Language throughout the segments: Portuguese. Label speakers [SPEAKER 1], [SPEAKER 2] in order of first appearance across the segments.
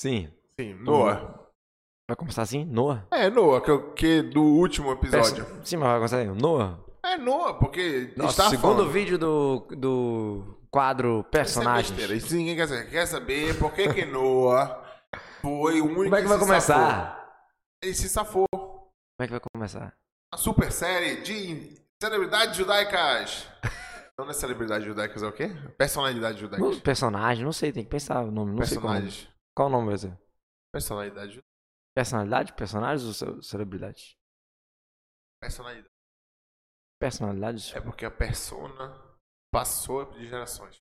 [SPEAKER 1] Sim.
[SPEAKER 2] Sim, Noah.
[SPEAKER 1] Vai começar assim? Noah?
[SPEAKER 2] É, Noah, que, eu- que do último episódio.
[SPEAKER 1] Peço- Sim, mas vai começar assim. Noah?
[SPEAKER 2] É Noah, porque
[SPEAKER 1] Nosso
[SPEAKER 2] está
[SPEAKER 1] segundo
[SPEAKER 2] falando.
[SPEAKER 1] vídeo do, do quadro
[SPEAKER 2] Isso é
[SPEAKER 1] Personagens.
[SPEAKER 2] besteira. Isso ninguém quer saber. Quer saber por que que Noah foi o único
[SPEAKER 1] Como é que vai
[SPEAKER 2] se safou?
[SPEAKER 1] começar?
[SPEAKER 2] Ele se safou.
[SPEAKER 1] Como é que vai começar?
[SPEAKER 2] A super série de celebridades judaicas. Não não é celebridades judaicas, é o quê? Personalidades
[SPEAKER 1] Não,
[SPEAKER 2] judaicas.
[SPEAKER 1] personagem, não sei, tem que pensar o nome. Não sei
[SPEAKER 2] Tá Personagens.
[SPEAKER 1] qual, qual o nome vai ser.
[SPEAKER 2] Personalidade judaica.
[SPEAKER 1] Personalidade, personagens ou ce- celebridade?
[SPEAKER 2] Personalidade.
[SPEAKER 1] Personalidade.
[SPEAKER 2] É porque a persona passou de gerações.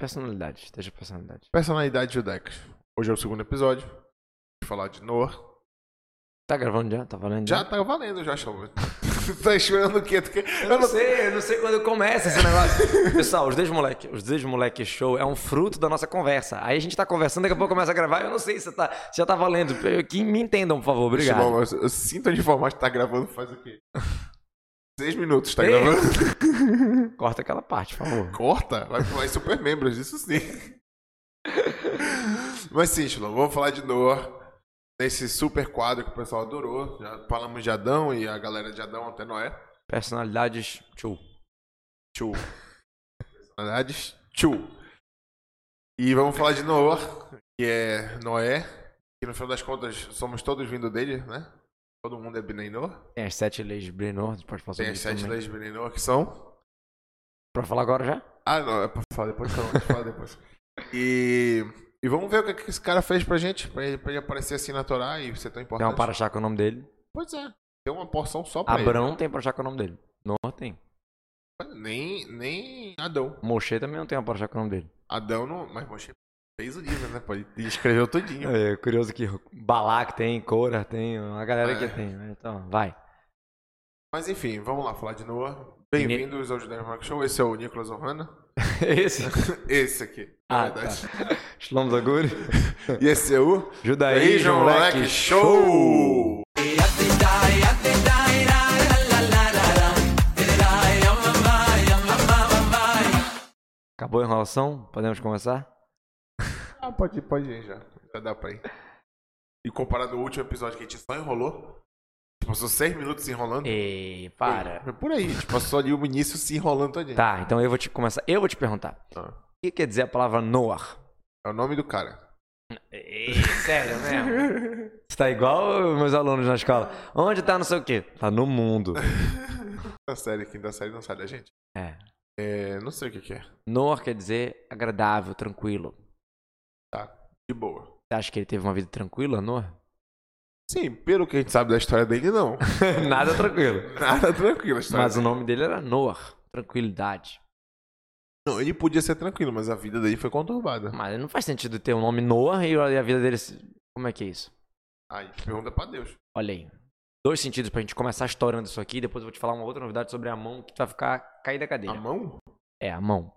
[SPEAKER 1] Personalidade, deixa personalidade.
[SPEAKER 2] Personalidades judaicas. Hoje é o segundo episódio. Vou falar de Noah.
[SPEAKER 1] Tá gravando já? Tá valendo
[SPEAKER 2] Já tá valendo, já chama. tá esperando o quê? Tu quer- Eu não sei.
[SPEAKER 1] sei, eu não sei quando começa esse negócio. Pessoal, os dois moleques, os dois moleques show é um fruto da nossa conversa. Aí a gente tá conversando, daqui a pouco começa a gravar, eu não sei se, tá, se já tá valendo. Eu- Que me entendam, por favor, obrigado.
[SPEAKER 2] Simão, eu, eu sinto de informar que tá gravando faz o quê? Seis minutos, tá
[SPEAKER 1] Ei.
[SPEAKER 2] gravando?
[SPEAKER 1] Corta aquela parte, por favor.
[SPEAKER 2] Corta? Vai pular super membros, isso sim. Mas sim, Shilon, vamos falar de Noah. Nesse super quadro que o pessoal adorou. Já falamos de Adão e a galera de Adão até Noé.
[SPEAKER 1] Personalidades show.
[SPEAKER 2] Tchu. Personalidades. Tchu. E vamos falar de Noah, que é Noé, que no final das contas somos todos vindo dele, né? Todo mundo é Benei Noah.
[SPEAKER 1] Tem as sete leis de Brenor, a gente pode falar sobre
[SPEAKER 2] Tem as
[SPEAKER 1] isso
[SPEAKER 2] sete
[SPEAKER 1] também.
[SPEAKER 2] leis de Benei Noah que são.
[SPEAKER 1] Pra falar agora já?
[SPEAKER 2] Ah, não, é pra falar depois, então, deixa eu falar depois. E, e vamos ver o que, que esse cara fez pra gente, pra ele, pra ele aparecer assim na Torá e ser tão
[SPEAKER 1] Tem
[SPEAKER 2] importante.
[SPEAKER 1] uma para achar com o nome dele.
[SPEAKER 2] Pois é, tem uma porção só pra
[SPEAKER 1] Abrão tem para achar com o nome dele. Noah tem.
[SPEAKER 2] ele. Nem, nem Adão.
[SPEAKER 1] Moshe também não tem uma para achar com o nome dele.
[SPEAKER 2] Adão não. Mas Moshe fez o livro, né? pô? Ele escreveu tudinho.
[SPEAKER 1] É curioso que Balak tem, Cora tem, uma galera que
[SPEAKER 2] É.
[SPEAKER 1] tem. né? Então, vai.
[SPEAKER 2] Mas enfim, vamos lá falar de Noah. Bem-vindos ao Judaic Rock Show. Esse é o Nicolas Ohana.
[SPEAKER 1] Esse.
[SPEAKER 2] Esse aqui, na
[SPEAKER 1] Ah, tá.
[SPEAKER 2] verdade.
[SPEAKER 1] Shalom Zaguri.
[SPEAKER 2] E esse é o
[SPEAKER 1] Judaísmo, moleque, show! Acabou a enrolação? Podemos começar?
[SPEAKER 2] Ah, pode ir, pode ir já. Já dá pra ir. E comparado ao último episódio que a gente só enrolou, tipo, passou seis minutos se enrolando.
[SPEAKER 1] Ei,
[SPEAKER 2] Foi por aí, tipo, passou ali o início se enrolando todinho.
[SPEAKER 1] Tá, então eu vou te começar. Eu vou te perguntar.
[SPEAKER 2] Ah.
[SPEAKER 1] O que quer dizer a palavra Noah?
[SPEAKER 2] É o nome do cara.
[SPEAKER 1] Ei, sério mesmo? Você tá igual meus alunos na escola. Onde tá não sei o quê? Tá no mundo.
[SPEAKER 2] Da série, quinta série não sai da gente.
[SPEAKER 1] É.
[SPEAKER 2] É, não sei o que que é.
[SPEAKER 1] Noah quer dizer agradável, tranquilo.
[SPEAKER 2] De boa.
[SPEAKER 1] Você acha que ele teve uma vida tranquila, Noah?
[SPEAKER 2] Sim, pelo que a gente sabe da história dele, não.
[SPEAKER 1] Nada tranquilo.
[SPEAKER 2] Nada tranquilo a história.
[SPEAKER 1] Mas o nome dele era Noah. Tranquilidade.
[SPEAKER 2] Não, ele podia ser tranquilo, mas a vida dele foi conturbada.
[SPEAKER 1] Mas não faz sentido ter o nome Noah e a vida dele. se- Como é que é isso?
[SPEAKER 2] Aí, pergunta pra Deus.
[SPEAKER 1] Olha aí. Dois sentidos pra gente começar estourando isso aqui. Depois eu vou te falar uma outra novidade sobre a mão que tu vai ficar caída da
[SPEAKER 2] A
[SPEAKER 1] cadeira.
[SPEAKER 2] mão?
[SPEAKER 1] É, a mão.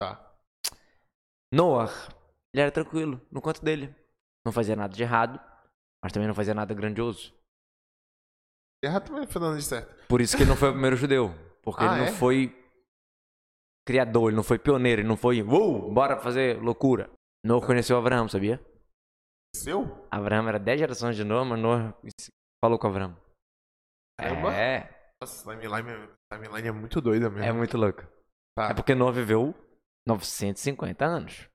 [SPEAKER 2] Tá.
[SPEAKER 1] Noah, ele era tranquilo no canto dele. Não fazia nada de errado, mas também não fazia nada grandioso.
[SPEAKER 2] Errado também, Fernando de certo.
[SPEAKER 1] Por isso que ele não foi o primeiro judeu. Porque
[SPEAKER 2] Ah,
[SPEAKER 1] ele não
[SPEAKER 2] é?
[SPEAKER 1] foi criador, ele não foi pioneiro, ele não foi, uou, bora fazer loucura. Noah conheceu Abraão, sabia?
[SPEAKER 2] Seu?
[SPEAKER 1] Abraão era 10 gerações de Noah, mas Noah falou com Abraão.
[SPEAKER 2] Caramba.
[SPEAKER 1] É,
[SPEAKER 2] Nossa, essa timeline, timeline é muito doida mesmo.
[SPEAKER 1] é muito louco.
[SPEAKER 2] Tá.
[SPEAKER 1] É porque Noah viveu 950 anos.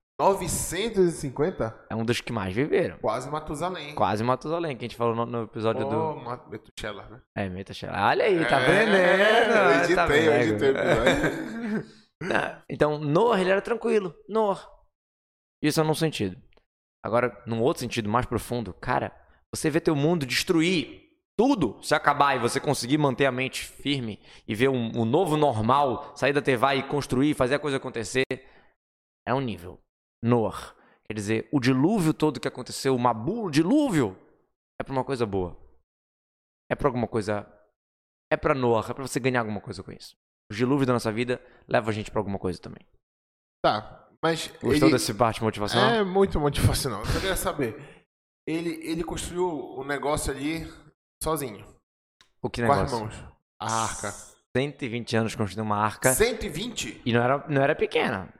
[SPEAKER 2] 950?
[SPEAKER 1] É um dos que mais viveram.
[SPEAKER 2] Quase Matusalém.
[SPEAKER 1] Quase Matusalém, que a gente falou no, no episódio do.
[SPEAKER 2] Oh, Mat- Metuchela, né?
[SPEAKER 1] É, Meta Xela. Olha aí, tá
[SPEAKER 2] É,
[SPEAKER 1] aprendendo.
[SPEAKER 2] Eu
[SPEAKER 1] né?
[SPEAKER 2] editei,
[SPEAKER 1] tá
[SPEAKER 2] eu
[SPEAKER 1] vendo?
[SPEAKER 2] editei o episódio.
[SPEAKER 1] Não, Então, Noah, ele era tranquilo. Noah. Isso é num sentido. Agora, num outro sentido mais profundo, cara, você vê teu mundo destruir tudo se acabar e você conseguir manter a mente firme e ver um, um novo normal, sair da TV e construir, fazer a coisa acontecer, é um nível. Noah. Quer dizer, o dilúvio todo que aconteceu, o Mabu, o dilúvio, é pra uma coisa boa. É pra alguma coisa. É pra Noah, é pra você ganhar alguma coisa com isso. Os dilúvios da nossa vida levam a gente pra alguma coisa também.
[SPEAKER 2] Tá, mas.
[SPEAKER 1] Gostou
[SPEAKER 2] ele...
[SPEAKER 1] desse parte motivacional?
[SPEAKER 2] É muito motivacional. Eu só queria saber. Ele, ele construiu o negócio ali sozinho.
[SPEAKER 1] O que
[SPEAKER 2] Com as
[SPEAKER 1] negócio?
[SPEAKER 2] mãos. A arca.
[SPEAKER 1] 120 anos construindo uma arca
[SPEAKER 2] 120?
[SPEAKER 1] e não era, não era pequena.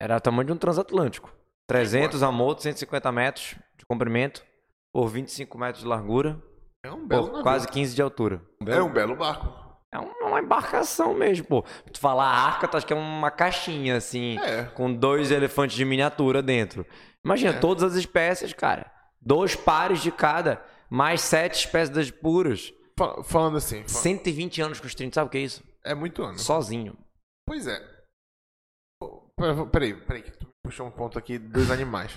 [SPEAKER 1] Era o tamanho de um transatlântico. 300 a moto, 150 metros de comprimento, por 25 metros de largura,
[SPEAKER 2] É um belo
[SPEAKER 1] por
[SPEAKER 2] navio.
[SPEAKER 1] quase 15 de altura.
[SPEAKER 2] É um belo barco.
[SPEAKER 1] É um- uma embarcação mesmo, pô. Tu falar arca, tu acha que é uma caixinha, assim,
[SPEAKER 2] É.
[SPEAKER 1] com dois elefantes de miniatura dentro. Imagina,
[SPEAKER 2] É.
[SPEAKER 1] todas as espécies, cara. Dois pares de cada, mais sete espécies das puras.
[SPEAKER 2] Fa- Falando assim, fa-
[SPEAKER 1] 120 anos com os 30, sabe o que é isso?
[SPEAKER 2] é muito ano.
[SPEAKER 1] Sozinho.
[SPEAKER 2] Pois é. Pô, pera- Peraí, peraí, que tu me puxou um ponto aqui dos animais.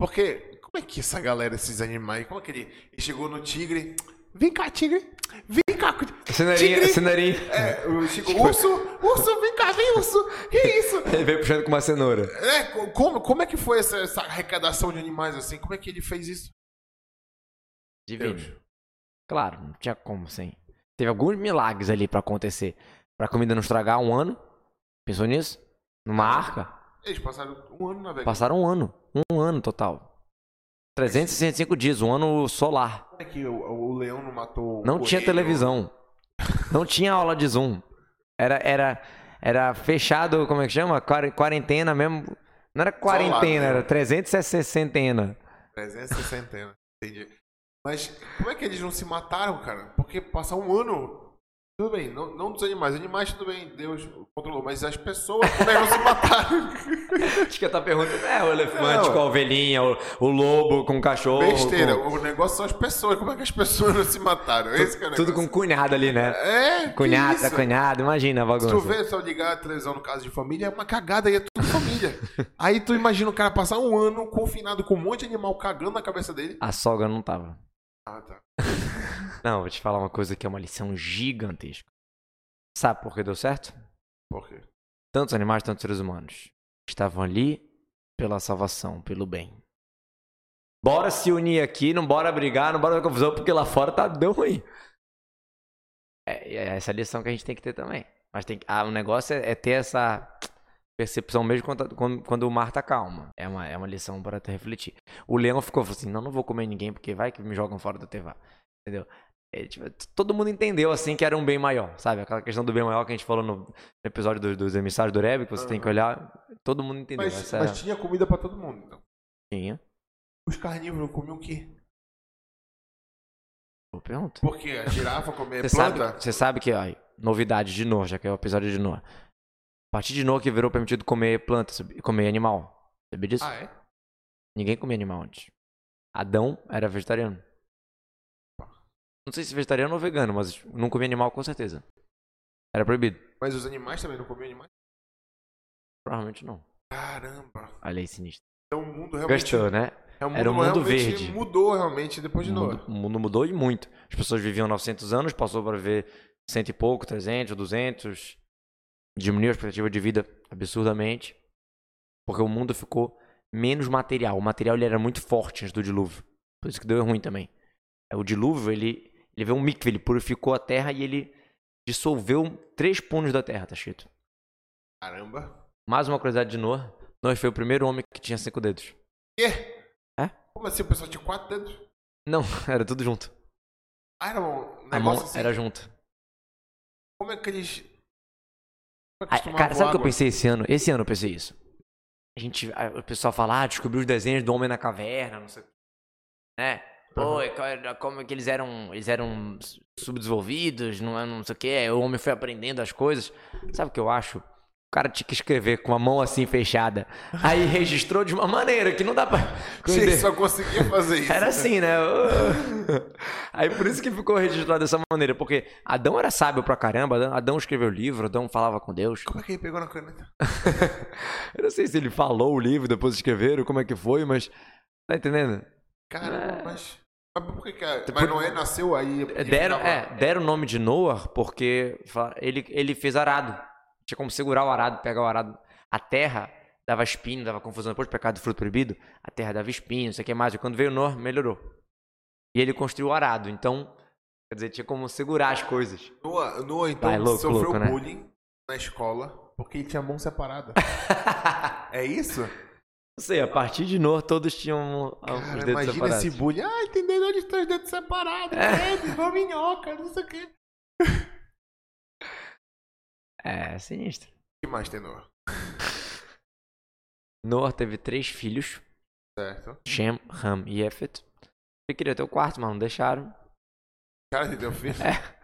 [SPEAKER 2] Porque, como é que essa galera, esses animais, como é que ele, ele chegou no tigre? Vem cá, tigre! Vem cá! cu-
[SPEAKER 1] Ceneirinha,
[SPEAKER 2] Tigre!
[SPEAKER 1] ceneirinha.
[SPEAKER 2] É, o Chico,
[SPEAKER 1] Tipo,
[SPEAKER 2] urso! Urso, vem cá, vem, urso! Que isso?
[SPEAKER 1] Ele veio puxando com uma cenoura.
[SPEAKER 2] É, co- como, como é que foi essa, essa arrecadação de animais assim? Como é que ele fez isso?
[SPEAKER 1] Divino. Claro, não tinha como sem. Teve alguns milagres ali pra acontecer. Pra comida não estragar um ano. Pensou nisso? Numa arca?
[SPEAKER 2] Eles passaram um ano navegando.
[SPEAKER 1] Passaram um ano. Um ano total. 365 dias, um ano solar.
[SPEAKER 2] Como é que o, o leão não matou o
[SPEAKER 1] Não tinha
[SPEAKER 2] coelho?
[SPEAKER 1] televisão. Não tinha aula de Zoom. Era, era, era fechado, como é que chama? Quare- Quarentena mesmo. Não era quarentena,
[SPEAKER 2] né?
[SPEAKER 1] era 360.
[SPEAKER 2] 360, né? entendi. Mas como é que eles não se mataram, cara? Porque passar um ano. Tudo bem, não, não dos animais. Animais, tudo bem, Deus controlou. Mas as pessoas como é que não se mataram.
[SPEAKER 1] Acho que eu tá perguntando. É, o elefante
[SPEAKER 2] Não.
[SPEAKER 1] com a ovelhinha, o, o lobo com o cachorro.
[SPEAKER 2] Besteira,
[SPEAKER 1] com-
[SPEAKER 2] o negócio são as pessoas. Como é que as pessoas não se mataram? Esse que é o
[SPEAKER 1] tudo com
[SPEAKER 2] negócio.
[SPEAKER 1] cunhado ali, né?
[SPEAKER 2] É, que
[SPEAKER 1] Cunhada,
[SPEAKER 2] isso?
[SPEAKER 1] cunhado, imagina a
[SPEAKER 2] Se
[SPEAKER 1] bagunça.
[SPEAKER 2] tu vê, se eu ligar a televisão no caso de família, é uma cagada e é tudo família. Aí tu imagina o cara passar um ano confinado com um monte de animal cagando na cabeça dele.
[SPEAKER 1] A sogra não tava.
[SPEAKER 2] Ah, tá.
[SPEAKER 1] Não, vou te falar uma coisa que é uma lição gigantesca. Sabe por que deu certo?
[SPEAKER 2] Por quê?
[SPEAKER 1] Tantos animais, tantos seres humanos estavam ali pela salvação, pelo bem. Bora se unir aqui, não bora brigar, não bora dar confusão, porque lá fora tá deu ruim. É, é essa lição que a gente tem que ter também. Mas tem que, ah, o negócio é, é ter essa percepção mesmo quando, quando- quando o mar tá calmo. É uma, é uma lição para te refletir. O leão ficou assim, não, não vou comer ninguém, porque vai que me jogam fora do Teva. Entendeu? É, tipo, t- todo mundo entendeu assim que era um bem maior, sabe? Aquela questão do bem maior que a gente falou no episódio dos, dos emissários do Rebbe, que você tem que olhar. Todo mundo entendeu.
[SPEAKER 2] Mas,
[SPEAKER 1] essa é
[SPEAKER 2] mas tinha comida pra todo mundo, então.
[SPEAKER 1] tinha.
[SPEAKER 2] Os carnívoros comiam o quê?
[SPEAKER 1] Boa pergunta.
[SPEAKER 2] Porque a girafa comer
[SPEAKER 1] Você
[SPEAKER 2] É planta?
[SPEAKER 1] sabe, você sabe que, ó, novidade de Noah, já que é o episódio de Noah. A partir de Noah que virou permitido comer planta, sab- comer animal. Sabia disso?
[SPEAKER 2] Ah, é?
[SPEAKER 1] Ninguém comia animal antes. Adão era vegetariano. Não sei se vegetariano ou vegano, mas tipo, não comia animal com certeza. Era proibido.
[SPEAKER 2] Mas os animais também não comiam animais?
[SPEAKER 1] Provavelmente não.
[SPEAKER 2] Caramba.
[SPEAKER 1] A lei é sinistra.
[SPEAKER 2] Então o mundo realmente.
[SPEAKER 1] Gastou, né?
[SPEAKER 2] É, o mundo
[SPEAKER 1] Era um mundo
[SPEAKER 2] realmente
[SPEAKER 1] verde.
[SPEAKER 2] mudou realmente depois de
[SPEAKER 1] O mundo,
[SPEAKER 2] Noah.
[SPEAKER 1] o mundo mudou e muito. As pessoas viviam 900 anos, passou para ver cento e pouco, 300, 200. Diminuiu a expectativa de vida absurdamente. Porque o mundo ficou menos material. O material ele era muito forte antes do dilúvio. Por isso que deu ruim também. É, O dilúvio, ele, ele veio um mikve, ele purificou a terra e ele dissolveu três punhos da terra, tá escrito.
[SPEAKER 2] Caramba.
[SPEAKER 1] Mais uma curiosidade de Noah. Noah foi o primeiro homem que tinha cinco dedos.
[SPEAKER 2] Quê?
[SPEAKER 1] É?
[SPEAKER 2] Como assim o pessoal tinha quatro dedos?
[SPEAKER 1] Não, era tudo junto.
[SPEAKER 2] Ah, era um
[SPEAKER 1] A mão
[SPEAKER 2] negócio assim.
[SPEAKER 1] era junto.
[SPEAKER 2] Como é que eles. Como é que
[SPEAKER 1] Ah, cara, sabe o
[SPEAKER 2] eles
[SPEAKER 1] que eu
[SPEAKER 2] tomavam água?
[SPEAKER 1] pensei esse ano? Esse ano eu pensei isso. A gente, a- o pessoal fala, ah, descobriu os desenhos do Homem na Caverna, não sei o quê. Né? Pô,
[SPEAKER 2] Aham.
[SPEAKER 1] e qual era- como é que eles eram, eles eram s- subdesenvolvidos, não, é- não sei o que, o homem foi aprendendo as coisas. Sabe o que eu acho? O cara tinha que escrever com a mão assim fechada. Aí registrou de uma maneira que não dá pra.
[SPEAKER 2] Se eles só conseguiam fazer isso.
[SPEAKER 1] Era assim, né? Aí por isso que ficou registrado dessa maneira, porque Adão era sábio pra caramba, Adão- Adão escreveu livro, Adão falava com Deus.
[SPEAKER 2] Como é que ele pegou na caneta?
[SPEAKER 1] Eu não sei se ele falou o livro, depois escreveram, como é que foi, mas. Tá entendendo? É.
[SPEAKER 2] Caramba, mas. Mas por que que. a-
[SPEAKER 1] Tipo-
[SPEAKER 2] Mas Noé nasceu aí. e
[SPEAKER 1] Deram,
[SPEAKER 2] ficava-
[SPEAKER 1] é, deram o nome de Noah porque fa- ele, ele fez arado. Tinha como segurar o arado, pegar o arado. A terra dava espinho, dava confusão. Depois do pecado do fruto proibido, a terra dava espinho, não sei o que mais. E quando veio Noah, melhorou. E ele construiu o arado. Então, quer dizer, tinha como segurar as coisas.
[SPEAKER 2] Noah, Noah, então,
[SPEAKER 1] Vai, louco,
[SPEAKER 2] sofreu
[SPEAKER 1] louco, né?
[SPEAKER 2] bullying na escola porque ele tinha mão separada. é isso?
[SPEAKER 1] Não sei, a partir de Noah, todos tinham ah, os
[SPEAKER 2] Cara,
[SPEAKER 1] dedos
[SPEAKER 2] imagina
[SPEAKER 1] separados.
[SPEAKER 2] esse bullying. Ah, entendeu? Onde estão os dedos separados? É, igual minhoca, não sei o quê. O
[SPEAKER 1] É, sinistro.
[SPEAKER 2] que mais tem, Noah?
[SPEAKER 1] Noah teve três filhos:
[SPEAKER 2] Certo.
[SPEAKER 1] Shem, Ham e Efet. Ele queria ter o quarto, mas não deixaram.
[SPEAKER 2] Cara, ele tem um filho.
[SPEAKER 1] É.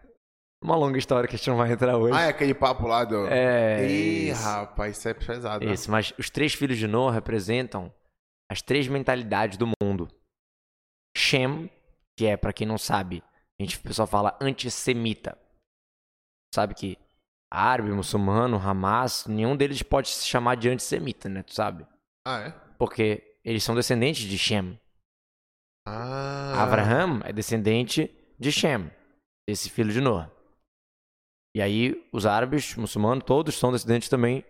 [SPEAKER 1] Uma longa história que a gente não vai entrar hoje.
[SPEAKER 2] Ah, é aquele papo lá do.
[SPEAKER 1] É.
[SPEAKER 2] Ih,
[SPEAKER 1] isso.
[SPEAKER 2] rapaz, isso é pesado. né?
[SPEAKER 1] Isso, mas os três filhos de Noah representam as três mentalidades do mundo. Shem, que é, pra quem não sabe, a gente o pessoal fala antissemita. Sabe que árabe, muçulmano, Hamas, nenhum deles pode se chamar de antissemita, né? Tu sabe?
[SPEAKER 2] Ah, é?
[SPEAKER 1] Porque eles são descendentes de Shem.
[SPEAKER 2] Ah.
[SPEAKER 1] Abraham é descendente de Shem, esse filho de Noah. E aí, os árabes, muçulmanos, todos são descendentes também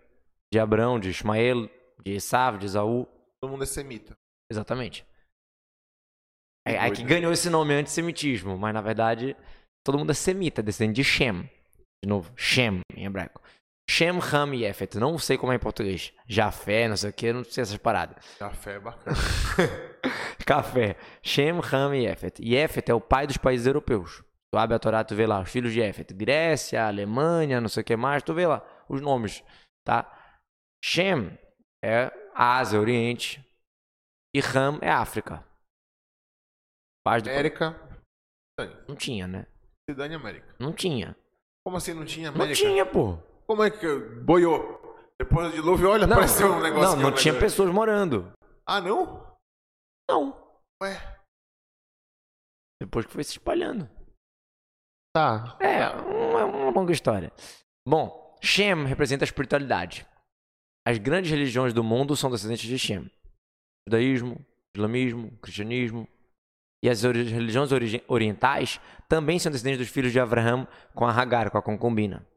[SPEAKER 1] de Abrão, de Ismael, de Esav, de Esaú.
[SPEAKER 2] Todo mundo é semita.
[SPEAKER 1] Exatamente.
[SPEAKER 2] Que
[SPEAKER 1] É, é
[SPEAKER 2] doido,
[SPEAKER 1] que
[SPEAKER 2] né?
[SPEAKER 1] ganhou esse nome antissemitismo, mas na verdade, todo mundo é semita, descendente de Shem. De novo, Shem em hebraico. Shem, Ham e Efet. Não sei como é em português. Jafé, não sei o que, não sei essas paradas.
[SPEAKER 2] Café é bacana.
[SPEAKER 1] Café. Shem, Ham e Efet. E Efet é o pai dos países europeus. Tu abre a Torá, tu vê lá os filhos de Efet. Grécia, Alemanha, não sei o que mais. Tu vê lá os nomes, tá? Shem é Ásia, Oriente. E Ham é África. Pais do...
[SPEAKER 2] América.
[SPEAKER 1] Não tinha, né?
[SPEAKER 2] Cidade América.
[SPEAKER 1] Não tinha.
[SPEAKER 2] Como assim não tinha
[SPEAKER 1] Não
[SPEAKER 2] América?
[SPEAKER 1] tinha, pô.
[SPEAKER 2] Como é que boiou? Depois do dilúvio, olha,
[SPEAKER 1] Não,
[SPEAKER 2] apareceu um negócio.
[SPEAKER 1] não,
[SPEAKER 2] aqui,
[SPEAKER 1] não
[SPEAKER 2] um
[SPEAKER 1] tinha
[SPEAKER 2] negócio.
[SPEAKER 1] pessoas morando.
[SPEAKER 2] Ah, não?
[SPEAKER 1] Não.
[SPEAKER 2] Ué.
[SPEAKER 1] Depois que foi se espalhando.
[SPEAKER 2] Tá.
[SPEAKER 1] É, uma, uma longa história. Bom, Shem representa a espiritualidade. As grandes religiões do mundo são descendentes de Shem. Judaísmo, islamismo, cristianismo. E as ori- religiões origi- orientais também são descendentes dos filhos de Abraham com a Hagar, com a concubina,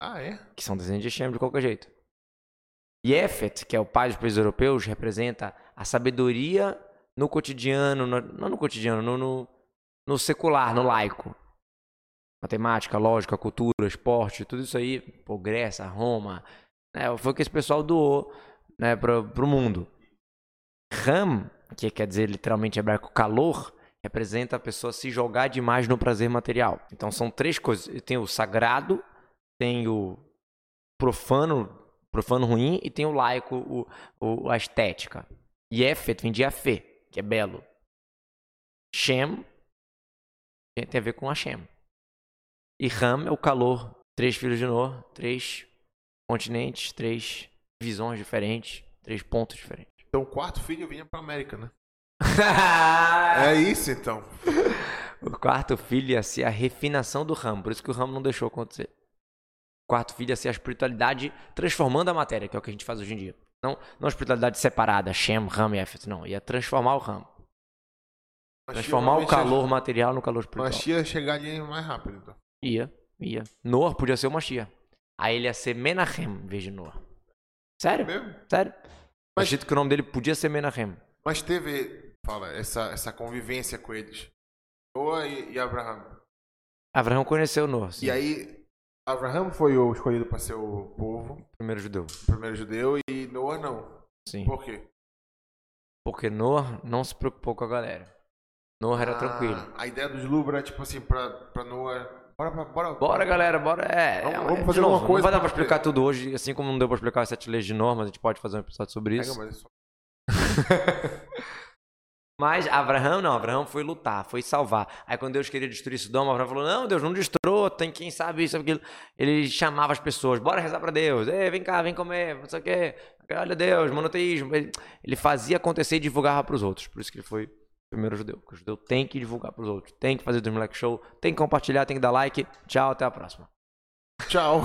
[SPEAKER 2] Ah, é?
[SPEAKER 1] que são descendentes de Shem de qualquer jeito. E Efet, que é o pai dos países europeus, representa a sabedoria no cotidiano, no- não no cotidiano, no- no, no secular, no laico. Matemática, lógica, cultura, esporte, tudo isso aí, pô, Grécia, Roma, né, foi o que esse pessoal doou né, pro, pro mundo. Ram, que quer dizer literalmente em hebraico calor, representa a pessoa se jogar demais no prazer material. Então são três coisas: tem o sagrado, tem o profano, profano ruim, e tem o laico, o, o- a estética. E Efet vem de Afê, que é belo. Shem, tem- tem a ver com Hashem. E Ram é o calor. Três filhos de Noé, três continentes, três visões diferentes, três pontos diferentes.
[SPEAKER 2] Então, o quarto filho vinha pra América, né?
[SPEAKER 1] É.
[SPEAKER 2] É isso, então.
[SPEAKER 1] O quarto filho ia ser a refinação do Ram, por isso que o Ram não deixou acontecer. O quarto filho ia ser a espiritualidade transformando a matéria, que é o que a gente faz hoje em dia. Não, não a espiritualidade separada, Shem, Ram e Efet, não. Ia transformar o Ram.
[SPEAKER 2] Mas
[SPEAKER 1] Transformar o
[SPEAKER 2] finalmente
[SPEAKER 1] calor material no calor espiritual.
[SPEAKER 2] Mas ia chegar ali mais rápido, então.
[SPEAKER 1] Ia, ia. Noah podia ser o Mashiach. Aí ele ia ser Menahem em vez de Noah. Sério?
[SPEAKER 2] Mesmo?
[SPEAKER 1] Sério?
[SPEAKER 2] Mas-
[SPEAKER 1] Mas dito que o nome dele podia ser Menahem.
[SPEAKER 2] Mas teve, fala, essa, essa convivência com eles. Noah e, e Abraham.
[SPEAKER 1] Abraão conheceu Noah, sim,
[SPEAKER 2] E aí, Abraham foi o escolhido pra ser o povo,
[SPEAKER 1] o primeiro judeu.
[SPEAKER 2] o primeiro judeu, e Noah não.
[SPEAKER 1] Sim.
[SPEAKER 2] Por quê?
[SPEAKER 1] Porque Noah não se preocupou com a galera. Noah era
[SPEAKER 2] Ah,
[SPEAKER 1] tranquilo.
[SPEAKER 2] A ideia do dilúvio era tipo assim, pra, pra Noah. Bora, bora, bora.
[SPEAKER 1] Bora, galera, bora. É,
[SPEAKER 2] Vamos-
[SPEAKER 1] é,
[SPEAKER 2] vamos
[SPEAKER 1] de
[SPEAKER 2] fazer
[SPEAKER 1] novo,
[SPEAKER 2] alguma coisa
[SPEAKER 1] Não vai dar
[SPEAKER 2] pra
[SPEAKER 1] pra explicar tudo hoje, assim como não deu pra explicar as sete leis de normas, a gente pode fazer um episódio sobre
[SPEAKER 2] Pega,
[SPEAKER 1] isso.
[SPEAKER 2] mas é só-
[SPEAKER 1] Mas Abraão não, Abraão foi lutar, foi salvar. Aí quando Deus queria destruir Sodoma, Abraão falou: Não, Deus não destrou, tem quem sabe isso, sabe aquilo. Ele chamava as pessoas: Bora rezar pra Deus, Ei, vem cá, vem comer, não sei o quê. Olha Deus, monoteísmo. Ele, ele fazia acontecer e divulgava pros outros. Por isso que ele foi o primeiro judeu. Porque o judeu tem que divulgar pros outros, tem que fazer dos moleque show, tem que compartilhar, tem que dar like. Tchau, até a próxima.
[SPEAKER 2] Tchau.